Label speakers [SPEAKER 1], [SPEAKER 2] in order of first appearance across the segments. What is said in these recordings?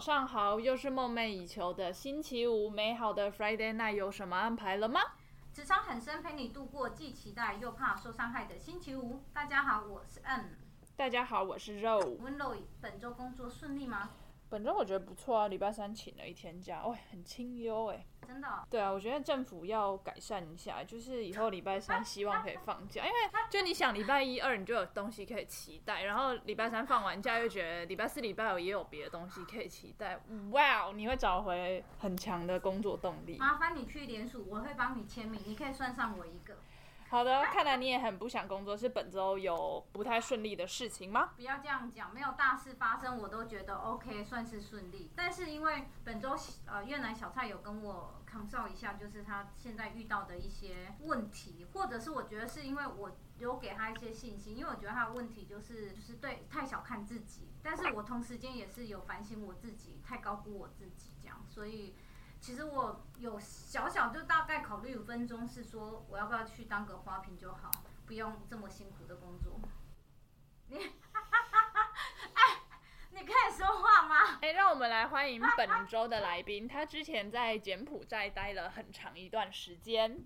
[SPEAKER 1] 上好，又是梦寐以求的星期五，美好的 Friday night 有什么安排了吗？
[SPEAKER 2] 职场很深，陪你度过既期待又怕受伤害的星期五。大家好，我是 M
[SPEAKER 1] 大家好，我是肉。
[SPEAKER 2] 温柔。本周工作顺利吗？
[SPEAKER 1] 本周我觉得不错啊，礼拜三请了一天假，喂、很清幽哎、
[SPEAKER 2] 真的哦、
[SPEAKER 1] 对啊，我觉得政府要改善一下，就是以后礼拜三希望可以放假，因为就你想礼拜一、二你就有东西可以期待，然后礼拜三放完假又觉得礼拜四、礼拜五也有别的东西可以期待，哇、哦，你会找回很强的工作动力。
[SPEAKER 2] 麻烦你去联署，我会帮你签名，你可以算上我一个。
[SPEAKER 1] 好的，看来你也很不想工作，是本周有不太顺利的事情吗？
[SPEAKER 2] 不要这样讲，没有大事发生，我都觉得 OK，算是顺利。但是因为本周呃越南小蔡有跟我 consult 一下，就是他现在遇到的一些问题，或者是我觉得是因为我有给他一些信心，因为我觉得他的问题就是就是对太小看自己，但是我同时间也是有反省我自己，太高估我自己这样，所以。其实我有小小就大概考虑五分钟，是说我要不要去当个花瓶就好，不用这么辛苦的工作。 你，哎，你可以说话吗？
[SPEAKER 1] 哎、让我们来欢迎本周的来宾，他之前在柬埔寨待了很长一段时间。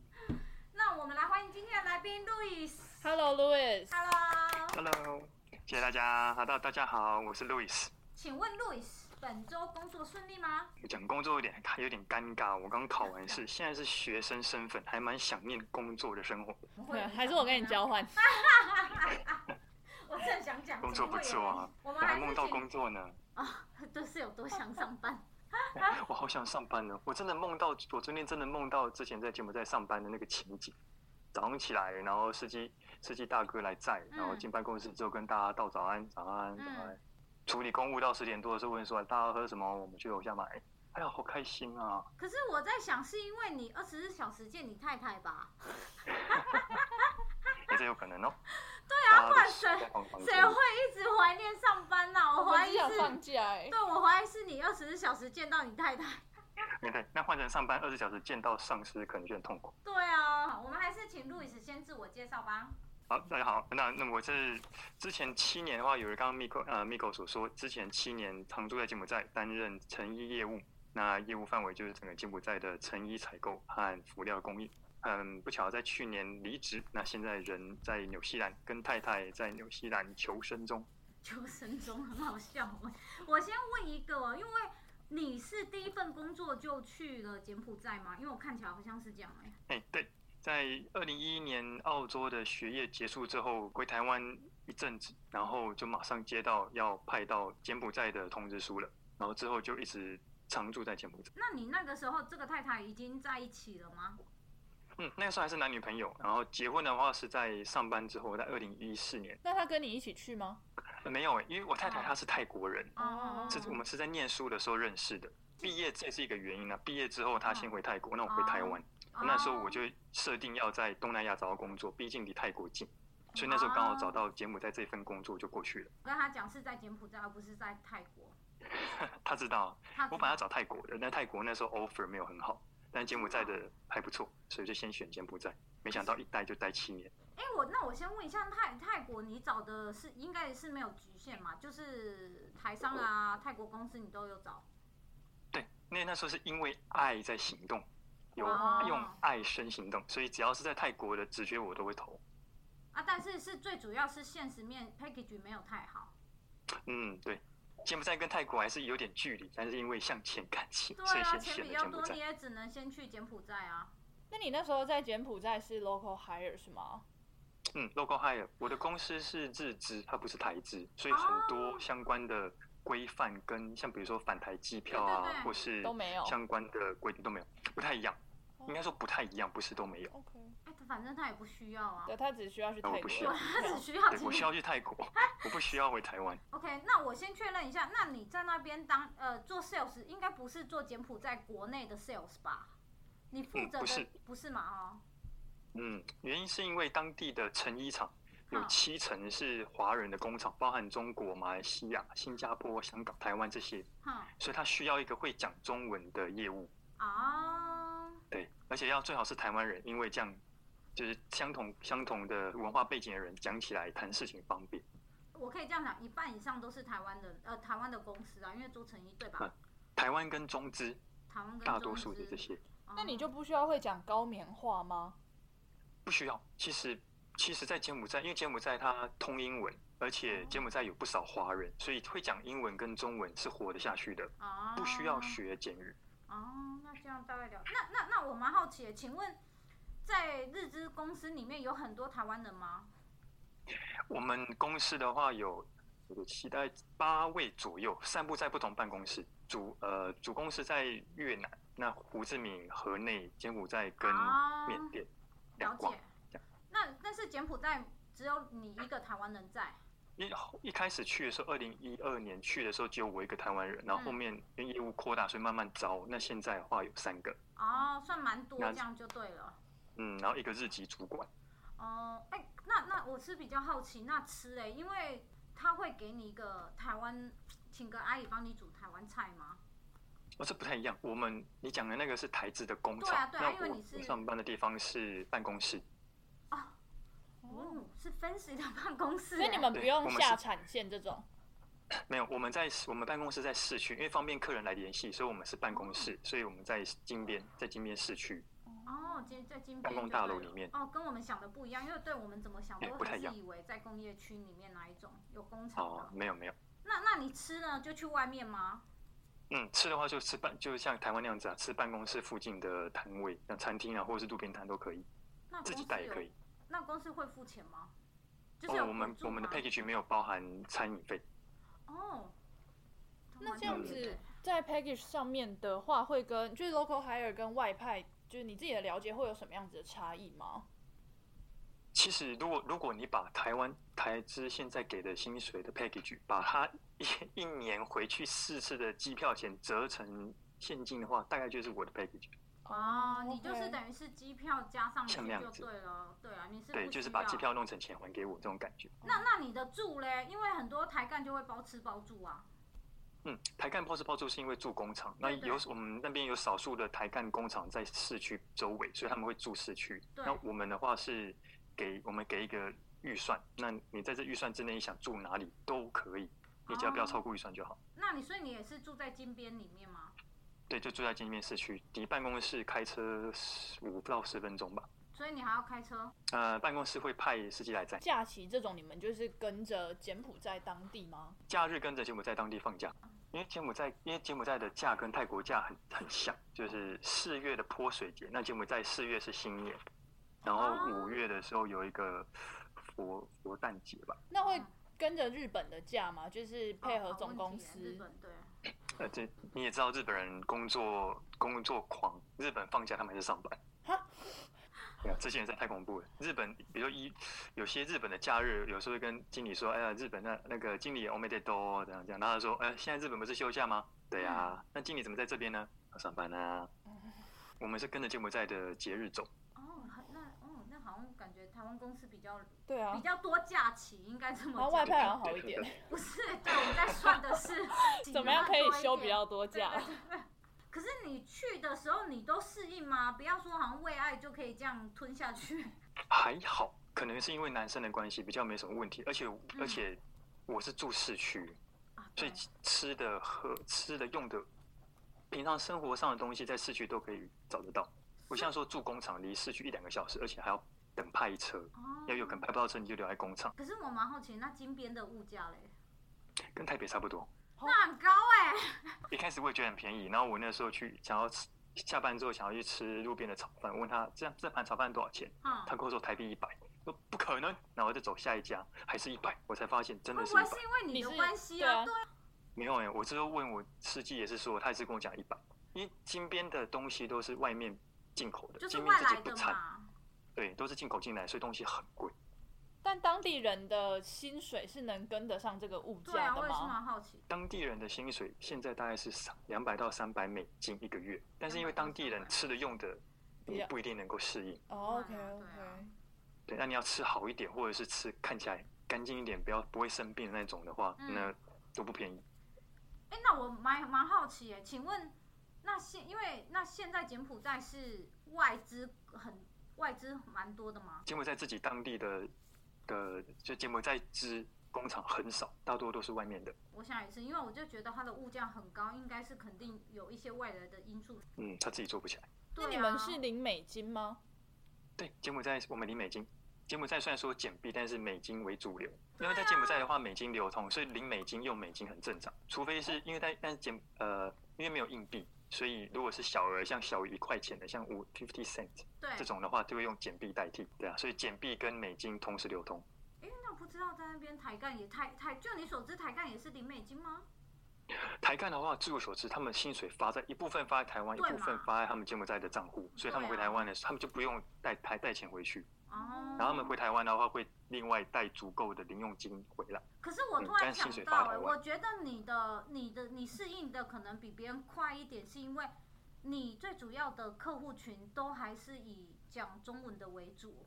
[SPEAKER 2] 那我们来欢迎今天的来宾路易斯。
[SPEAKER 1] Hello，Louis。
[SPEAKER 2] Hello，
[SPEAKER 3] Hello，谢谢大家。Hello，大家好，我是 Louis。
[SPEAKER 2] 请问路易斯本周工作顺利吗？
[SPEAKER 3] 讲工作有点有点尴尬，我刚考 完试，现在是学生身份，还蛮想念工作的生活。
[SPEAKER 1] 对， 啊还是我跟你交换。
[SPEAKER 2] 我正想讲，
[SPEAKER 3] 工作不错啊，
[SPEAKER 2] 怎么会有人我
[SPEAKER 3] 我
[SPEAKER 2] 们还
[SPEAKER 3] 还
[SPEAKER 2] 是
[SPEAKER 3] 梦到
[SPEAKER 2] 请
[SPEAKER 3] 工作呢，
[SPEAKER 2] 啊，这是有多想上班？
[SPEAKER 3] 我好想上班呢。我真的梦到，我昨天真的梦到之前在柬埔寨上班的那个情景。早上起来，然后司机司机大哥来载，
[SPEAKER 2] 嗯
[SPEAKER 3] 然后进办公室之后跟大家道早安，早安，
[SPEAKER 2] 嗯
[SPEAKER 3] 早安。处理公务到十点多的时候问说大家喝什么，我们去楼下买。哎呀，好开心啊！
[SPEAKER 2] 可是我在想，是因为你二十四小时见你太太吧？
[SPEAKER 3] 也这有可 能哦。对
[SPEAKER 2] 啊不然谁谁会一直怀念上班呐、 我怀疑
[SPEAKER 1] 只想
[SPEAKER 2] 是，
[SPEAKER 1] 放假哎、
[SPEAKER 2] 对我怀疑是你二十四小时见到你太太。
[SPEAKER 3] 对对，那换成上班二十小时见到上司，可能就很痛苦。
[SPEAKER 2] 对啊，好我们还是请路易斯先自我介绍吧。
[SPEAKER 3] 好，大家好，那那我是之前七年的话，有如刚刚 Miko 呃 Miko 所说，之前七年常驻在柬埔寨担任成衣业务，那业务范围就是整个柬埔寨的成衣采购和辅料供应。嗯，不巧在去年离职，那现在人在纽西兰，跟太太在纽西兰求生中。
[SPEAKER 2] 求生中很好笑。 我我先问一个哦，因为你是第一份工作就去了柬埔寨吗？因为我看起来好像是这样哎、
[SPEAKER 3] 哎，对，在二零一一年澳洲的学业结束之后，回台湾一阵子，然后就马上接到要派到柬埔寨的通知书了，然后之后就一直常住在柬埔寨。
[SPEAKER 2] 那你那个时候这个太太已经在一起了吗？
[SPEAKER 3] 嗯，那个时候还是男女朋友，然后结婚的话是在上班之后，在二零一四年、
[SPEAKER 1] 那他跟你一起去吗？
[SPEAKER 3] 呃没有、因为我太太她是泰国人，
[SPEAKER 1] 哦
[SPEAKER 3] 是我们是在念书的时候认识的。毕业这也是一个原因啊，毕业之后她先回泰国，那我回台湾，那时候
[SPEAKER 2] 哦
[SPEAKER 3] 我就设定要在东南亚找到工作，毕竟离泰国近，所以那时候刚好找到柬埔寨这份工作就过去了。
[SPEAKER 2] 哦我跟他讲是在柬埔寨，而不是在泰国。
[SPEAKER 3] 他知道，
[SPEAKER 2] 他
[SPEAKER 3] 我本来要找泰国的，但泰国那时候 offer 没有很好，但柬埔寨的还不错，所以就先选柬埔寨。没想到一待就待七年，
[SPEAKER 2] 哎、我那我先问一下，泰泰国你找的是应该是没有局限嘛？就是台商啊、泰国公司你都有找。
[SPEAKER 3] 对，那那时候是因为爱在行动，有
[SPEAKER 2] 哦
[SPEAKER 3] 用爱生行动，所以只要是在泰国的直觉我都会投。
[SPEAKER 2] 啊，但是是最主要是现实面 package 没有太好。
[SPEAKER 3] 嗯，对，柬埔寨跟泰国还是有点距离，但是因为向前看齐，
[SPEAKER 2] 对
[SPEAKER 3] 所以
[SPEAKER 2] 啊，
[SPEAKER 3] 先
[SPEAKER 2] 钱
[SPEAKER 3] 选
[SPEAKER 2] 比
[SPEAKER 3] 了
[SPEAKER 2] 较
[SPEAKER 3] 柬埔
[SPEAKER 2] 多，你
[SPEAKER 3] 寨。
[SPEAKER 2] 也只能先去柬埔寨啊。
[SPEAKER 1] 那你那时候在柬埔寨是 local hire 是吗？
[SPEAKER 3] 嗯，local hire，我的公司是日资，它不是台资，所以很多相关的规范跟像比如说返台机票
[SPEAKER 2] 对对
[SPEAKER 3] 啊，
[SPEAKER 2] 对
[SPEAKER 3] 或是
[SPEAKER 1] 都没有
[SPEAKER 3] 相关的规定都没有，不太一样
[SPEAKER 1] 哦，
[SPEAKER 3] 应该说不太一样，不是都没有。
[SPEAKER 1] OK，
[SPEAKER 2] 哎、反正他也不需要啊。
[SPEAKER 1] 对他只需要去泰
[SPEAKER 3] 那
[SPEAKER 1] 国
[SPEAKER 3] 我不
[SPEAKER 1] 机
[SPEAKER 3] 需
[SPEAKER 1] 票，
[SPEAKER 3] 要
[SPEAKER 2] 他只需要
[SPEAKER 3] 对，我需
[SPEAKER 2] 钱。
[SPEAKER 3] 要去泰国，我不需要回台湾。
[SPEAKER 2] OK，那我先确认一下，那你在那边当呃做 sales，应该不是做柬埔寨国内的 sales 吧？你负
[SPEAKER 3] 嗯
[SPEAKER 2] 责的、
[SPEAKER 3] 不是
[SPEAKER 2] 不是嘛？哦，
[SPEAKER 3] 嗯，原因是因为当地的成衣厂有
[SPEAKER 2] 好
[SPEAKER 3] 七成是华人的工厂，包含中国、马来西亚、新加坡、香港、台湾这些，
[SPEAKER 2] 哼
[SPEAKER 3] 所以他需要一个会讲中文的业务，
[SPEAKER 2] 啊。
[SPEAKER 3] 对，而且要最好是台湾人，因为这样就是相同相同的文化背景的人讲起来谈事情方便。
[SPEAKER 2] 我可以这样讲，一半以上都是台湾的，呃，台湾的公司啊，因为做成衣对吧？
[SPEAKER 3] 嗯台湾跟中资
[SPEAKER 2] 台湾跟
[SPEAKER 3] 大
[SPEAKER 2] 中
[SPEAKER 3] 多数是
[SPEAKER 2] 资
[SPEAKER 3] 这，些，
[SPEAKER 2] 哦
[SPEAKER 1] 那你就不需要会讲高棉话吗？
[SPEAKER 3] 不需要。其实，其实，在柬埔寨，因为柬埔寨它通英文，而
[SPEAKER 2] 哦
[SPEAKER 3] 且柬埔寨有不少华人，所以会讲英文跟中文是活得下去的，
[SPEAKER 2] 哦
[SPEAKER 3] 不需要学简语。
[SPEAKER 2] 哦，那这样大概了。那那那我蛮好奇的，请问在日资公司里面有很多台湾人吗？
[SPEAKER 3] 我们公司的话有有期待八位左右，散布在不同办公室。主呃主公司在越南，那胡志明、河内、柬埔寨跟
[SPEAKER 2] 啊
[SPEAKER 3] 缅甸
[SPEAKER 2] 了
[SPEAKER 3] 两国。
[SPEAKER 2] 解。那但是柬埔寨只有你一个台湾人在。
[SPEAKER 3] 一一开始去的时候，二零一二年去的时候只有我一个台湾人，
[SPEAKER 2] 嗯
[SPEAKER 3] 然后后面因为业务扩大，所以慢慢招。那现在的话有三个，
[SPEAKER 2] 哦，算蛮多，
[SPEAKER 3] 了
[SPEAKER 2] 这
[SPEAKER 3] 解
[SPEAKER 2] 样就对了。
[SPEAKER 3] 嗯，然后一个日籍主管，
[SPEAKER 2] 哦，哎，那那我是比较好奇，那吃哎，因为他会给你一个台湾，请个阿姨帮你煮台湾菜吗？
[SPEAKER 3] 哦，这不太一样。我们你讲的那个是台资的工
[SPEAKER 2] 对啊
[SPEAKER 3] 厂，
[SPEAKER 2] 对啊
[SPEAKER 3] 那
[SPEAKER 2] 因为
[SPEAKER 3] 我
[SPEAKER 2] 你是
[SPEAKER 3] 我上班的地方是办公室，
[SPEAKER 2] 哦，是 fancy 的办公室
[SPEAKER 1] 所
[SPEAKER 2] 哎。
[SPEAKER 1] 以你们不
[SPEAKER 3] 对
[SPEAKER 1] 用
[SPEAKER 3] 我们
[SPEAKER 1] 下
[SPEAKER 3] 是
[SPEAKER 1] 产线这种。
[SPEAKER 3] 没有，我们在我们办公室在市区，因为方便客人来联系，所以我们是办公
[SPEAKER 2] 嗯
[SPEAKER 3] 室，所以我们在金边，在金边市区。
[SPEAKER 2] 哦，金在金边
[SPEAKER 3] 办公
[SPEAKER 2] 就
[SPEAKER 3] 大
[SPEAKER 2] 对
[SPEAKER 3] 楼
[SPEAKER 2] 了
[SPEAKER 3] 里面
[SPEAKER 2] 哦，跟我们想的不一样，因为对我们怎么想
[SPEAKER 3] 哎
[SPEAKER 2] 都
[SPEAKER 3] 不太
[SPEAKER 2] 还
[SPEAKER 3] 一
[SPEAKER 2] 是
[SPEAKER 3] 样
[SPEAKER 2] 以为在工业区里面哪一种有工厂的。
[SPEAKER 3] 哦，没有没有，
[SPEAKER 2] 那那你吃呢？就去外面吗？
[SPEAKER 3] 嗯，吃的话就吃办，就像台湾那样子啊，吃办公室附近的摊位，像餐厅啊，或者是路边摊都可以，
[SPEAKER 2] 那
[SPEAKER 3] 自
[SPEAKER 2] 公
[SPEAKER 3] 己
[SPEAKER 2] 司
[SPEAKER 3] 带也
[SPEAKER 2] 有
[SPEAKER 3] 可以。
[SPEAKER 2] 那公司会付钱吗？就是有
[SPEAKER 3] 哦，我们
[SPEAKER 2] 补助
[SPEAKER 3] 我们的
[SPEAKER 2] 吗
[SPEAKER 3] package 没有包含餐饮费，
[SPEAKER 2] 哦，
[SPEAKER 1] 那
[SPEAKER 2] 蛮
[SPEAKER 1] 这样
[SPEAKER 2] 特别
[SPEAKER 1] 子
[SPEAKER 2] 的
[SPEAKER 1] 在 package 上面的话，会跟就是 local hire 跟外派，就是你自己的了解会有什么样子的差异吗？
[SPEAKER 3] 其实，如果如果你把台湾台资现在给的薪水的 package，把它一一年回去四次的机票钱折成现金的话，大概就是我的 package。
[SPEAKER 2] 哦，你就是
[SPEAKER 1] OK
[SPEAKER 2] 等于是机票加上去
[SPEAKER 3] 像那样
[SPEAKER 2] 就
[SPEAKER 3] 子
[SPEAKER 2] 对了，对啊，你是
[SPEAKER 3] 对，
[SPEAKER 2] 不
[SPEAKER 3] 就是
[SPEAKER 2] 需
[SPEAKER 3] 把
[SPEAKER 2] 要
[SPEAKER 3] 机。票弄成钱还给我这种感觉。
[SPEAKER 2] 那那你的住嘞？因为很多台干就会包吃包住啊。
[SPEAKER 3] 嗯，台干包吃包住是因为住工厂，那
[SPEAKER 2] 对对
[SPEAKER 3] 有我们那边有少数的台干工厂在市区周围，所以他们会住市区。
[SPEAKER 2] 对
[SPEAKER 3] 那我们的话是给我们给一个预算，那你在这预算之内你想住哪里都可以，你只要不要
[SPEAKER 2] 哦
[SPEAKER 3] 超过预算就好。
[SPEAKER 2] 那你所以你也是住在金边里面吗？
[SPEAKER 3] 对，就住在金边市区，离办公室开车十五到十分钟吧。
[SPEAKER 2] 所以你还要开车？
[SPEAKER 3] 呃，办公室会派司机来载，
[SPEAKER 1] 假期这种你们就是跟着柬埔寨当地吗？
[SPEAKER 3] 假日跟着柬埔寨当地放假，因为柬埔寨因为柬埔寨的假跟泰国假很很像，就是四月的泼水节，那柬埔寨四月是新年，然后
[SPEAKER 2] 哦
[SPEAKER 3] 五月的时候有一个佛佛诞节吧，
[SPEAKER 1] 那会
[SPEAKER 2] 嗯
[SPEAKER 1] 跟着日本的假吗？就是配合
[SPEAKER 2] 哦
[SPEAKER 1] 总公司。
[SPEAKER 2] 好问题耶日本对。
[SPEAKER 3] 呃，这你也知道日本人工作工作狂，日本放假他们还是上班
[SPEAKER 1] 哈。
[SPEAKER 3] 对啊，这些人在太恐怖了。日本，比如说一有些日本的假日，有时候会跟经理说：“哎呀，日本那那个经理 o m e d e d o 这样这样。”然后他说：“哎，现在日本不是休假吗？”对啊，那经理怎么在这边呢？要上班啊。我们是跟着柬埔寨的节日走，
[SPEAKER 2] 哦，很那哦，那好像感觉台湾公司比较比
[SPEAKER 1] 对啊，
[SPEAKER 2] 较多假期，应该这么
[SPEAKER 1] 然后
[SPEAKER 2] 讲。
[SPEAKER 1] 外派好像好一点，
[SPEAKER 2] 不是，对，我们在算的是
[SPEAKER 1] 怎么样可以休比
[SPEAKER 2] 多
[SPEAKER 1] 较多
[SPEAKER 2] 一点
[SPEAKER 1] 假？
[SPEAKER 2] 对对对对可是你去的时候，你都适应吗？不要说好像为爱就可以这样吞下去。
[SPEAKER 3] 还好，可能是因为男生的关系，比较没什么问题。而且而且我是住市区，
[SPEAKER 2] 啊，
[SPEAKER 3] 所
[SPEAKER 2] 对
[SPEAKER 3] 以，吃的、喝、吃的、用的，平常生活上的东西在市区都可以找得到。不像说住工厂，离市区一两个小时，而且还要等派车，
[SPEAKER 2] 哦
[SPEAKER 3] 要有可能派不到车，你就留在工厂，
[SPEAKER 2] 可是我蛮好奇，那金边的物价嘞？
[SPEAKER 3] 跟台北差不多。
[SPEAKER 1] 哦
[SPEAKER 2] 那很高哎、
[SPEAKER 3] 一开始我也觉得很便宜，然后我那时候去想要吃，下班之后想要去吃路边的炒饭，我问他这样这盘炒饭多少钱，
[SPEAKER 2] 嗯
[SPEAKER 3] 他跟我说台币一百，我说不可能，然后我就走下一家，还是一百，我才发现真
[SPEAKER 2] 会
[SPEAKER 3] 的
[SPEAKER 2] 不
[SPEAKER 3] 是一
[SPEAKER 2] 会
[SPEAKER 3] 百
[SPEAKER 2] 是。因 为
[SPEAKER 1] 你
[SPEAKER 2] 你的
[SPEAKER 1] 是
[SPEAKER 2] 关系
[SPEAKER 1] 对
[SPEAKER 2] 啊？
[SPEAKER 1] 啊
[SPEAKER 2] 对啊，
[SPEAKER 3] 没有哎、我之后问我司机也是说，他也是跟我讲一百，因为金边的东西都是外面进口的，
[SPEAKER 2] 就是
[SPEAKER 3] 金
[SPEAKER 2] 外
[SPEAKER 3] 边自己
[SPEAKER 2] 来
[SPEAKER 3] 不
[SPEAKER 2] 的
[SPEAKER 3] 产，
[SPEAKER 2] 嘛。
[SPEAKER 3] 对，都是进口进来，所以东西很贵。
[SPEAKER 1] 但当地人的薪水是能跟得上这个物
[SPEAKER 2] 对
[SPEAKER 1] 价
[SPEAKER 2] 啊，我
[SPEAKER 1] 的
[SPEAKER 2] 也是
[SPEAKER 1] 吗？
[SPEAKER 2] 蛮好奇。
[SPEAKER 3] 当地人的薪水现在大概是两百到三百美金一个月，但是因为当地人吃的用的，
[SPEAKER 1] 比
[SPEAKER 3] 你
[SPEAKER 2] 啊
[SPEAKER 1] 较
[SPEAKER 3] 不一定能够适应。
[SPEAKER 1] 哦，OK
[SPEAKER 2] 对啊
[SPEAKER 1] OK，
[SPEAKER 2] 对啊
[SPEAKER 3] 对，那你要吃好一点，或者是吃看起来干净一点，不要不会生病的那种的话，
[SPEAKER 2] 嗯
[SPEAKER 3] 那都不便宜。
[SPEAKER 2] 哎、那我蛮蛮好奇耶，请问那现因为那现在柬埔寨是外资很外资蛮多的吗？
[SPEAKER 3] 柬埔寨自己当地的的就柬埔寨支工厂很少，大多都是外面的。
[SPEAKER 2] 我想也是，因为我就觉得它的物价很高，应该是肯定有一些外来的因素。啊
[SPEAKER 3] 嗯，他自己做不起来。
[SPEAKER 1] 那你们是零美金吗？
[SPEAKER 3] 对，柬埔寨我们离美金，柬埔寨虽然说柬币，但是美金为主流。因
[SPEAKER 2] 啊
[SPEAKER 3] 为在柬埔寨的话，美金流通，所以零美金用美金很正常。除非是因为在但是柬呃，因为没有硬币，所以如果是小额，像小于一块钱的，像五 fifty cent
[SPEAKER 2] 对啊，
[SPEAKER 3] 这
[SPEAKER 2] 对，
[SPEAKER 3] 种的话，就会用柬币代替，对啊。所以柬币跟美金同时流通。
[SPEAKER 2] 哎，那我不知道在那边抬杠也太太，就你所知抬杠也是零美金吗？
[SPEAKER 3] 台干的话，据我所知，他们薪水发在一部分发在台湾，一
[SPEAKER 2] 对嘛
[SPEAKER 3] 部分发在他们柬埔寨的账户，所以他们回
[SPEAKER 2] 对啊
[SPEAKER 3] 台湾的时候，他们就不用带台带钱回去。
[SPEAKER 2] 哦，
[SPEAKER 3] 然后他们回台湾的话，会另外带足够的零用金回来。
[SPEAKER 2] 可是我
[SPEAKER 3] 嗯
[SPEAKER 2] 突然
[SPEAKER 3] 但是
[SPEAKER 2] 想
[SPEAKER 3] 薪水
[SPEAKER 2] 到、
[SPEAKER 3] 发
[SPEAKER 2] 哎，
[SPEAKER 3] 得
[SPEAKER 2] 我
[SPEAKER 3] 晚
[SPEAKER 2] 觉得你的、你的、你适应的可能比别人快一点，是因为你最主要的客户群都还是以讲中文的为主，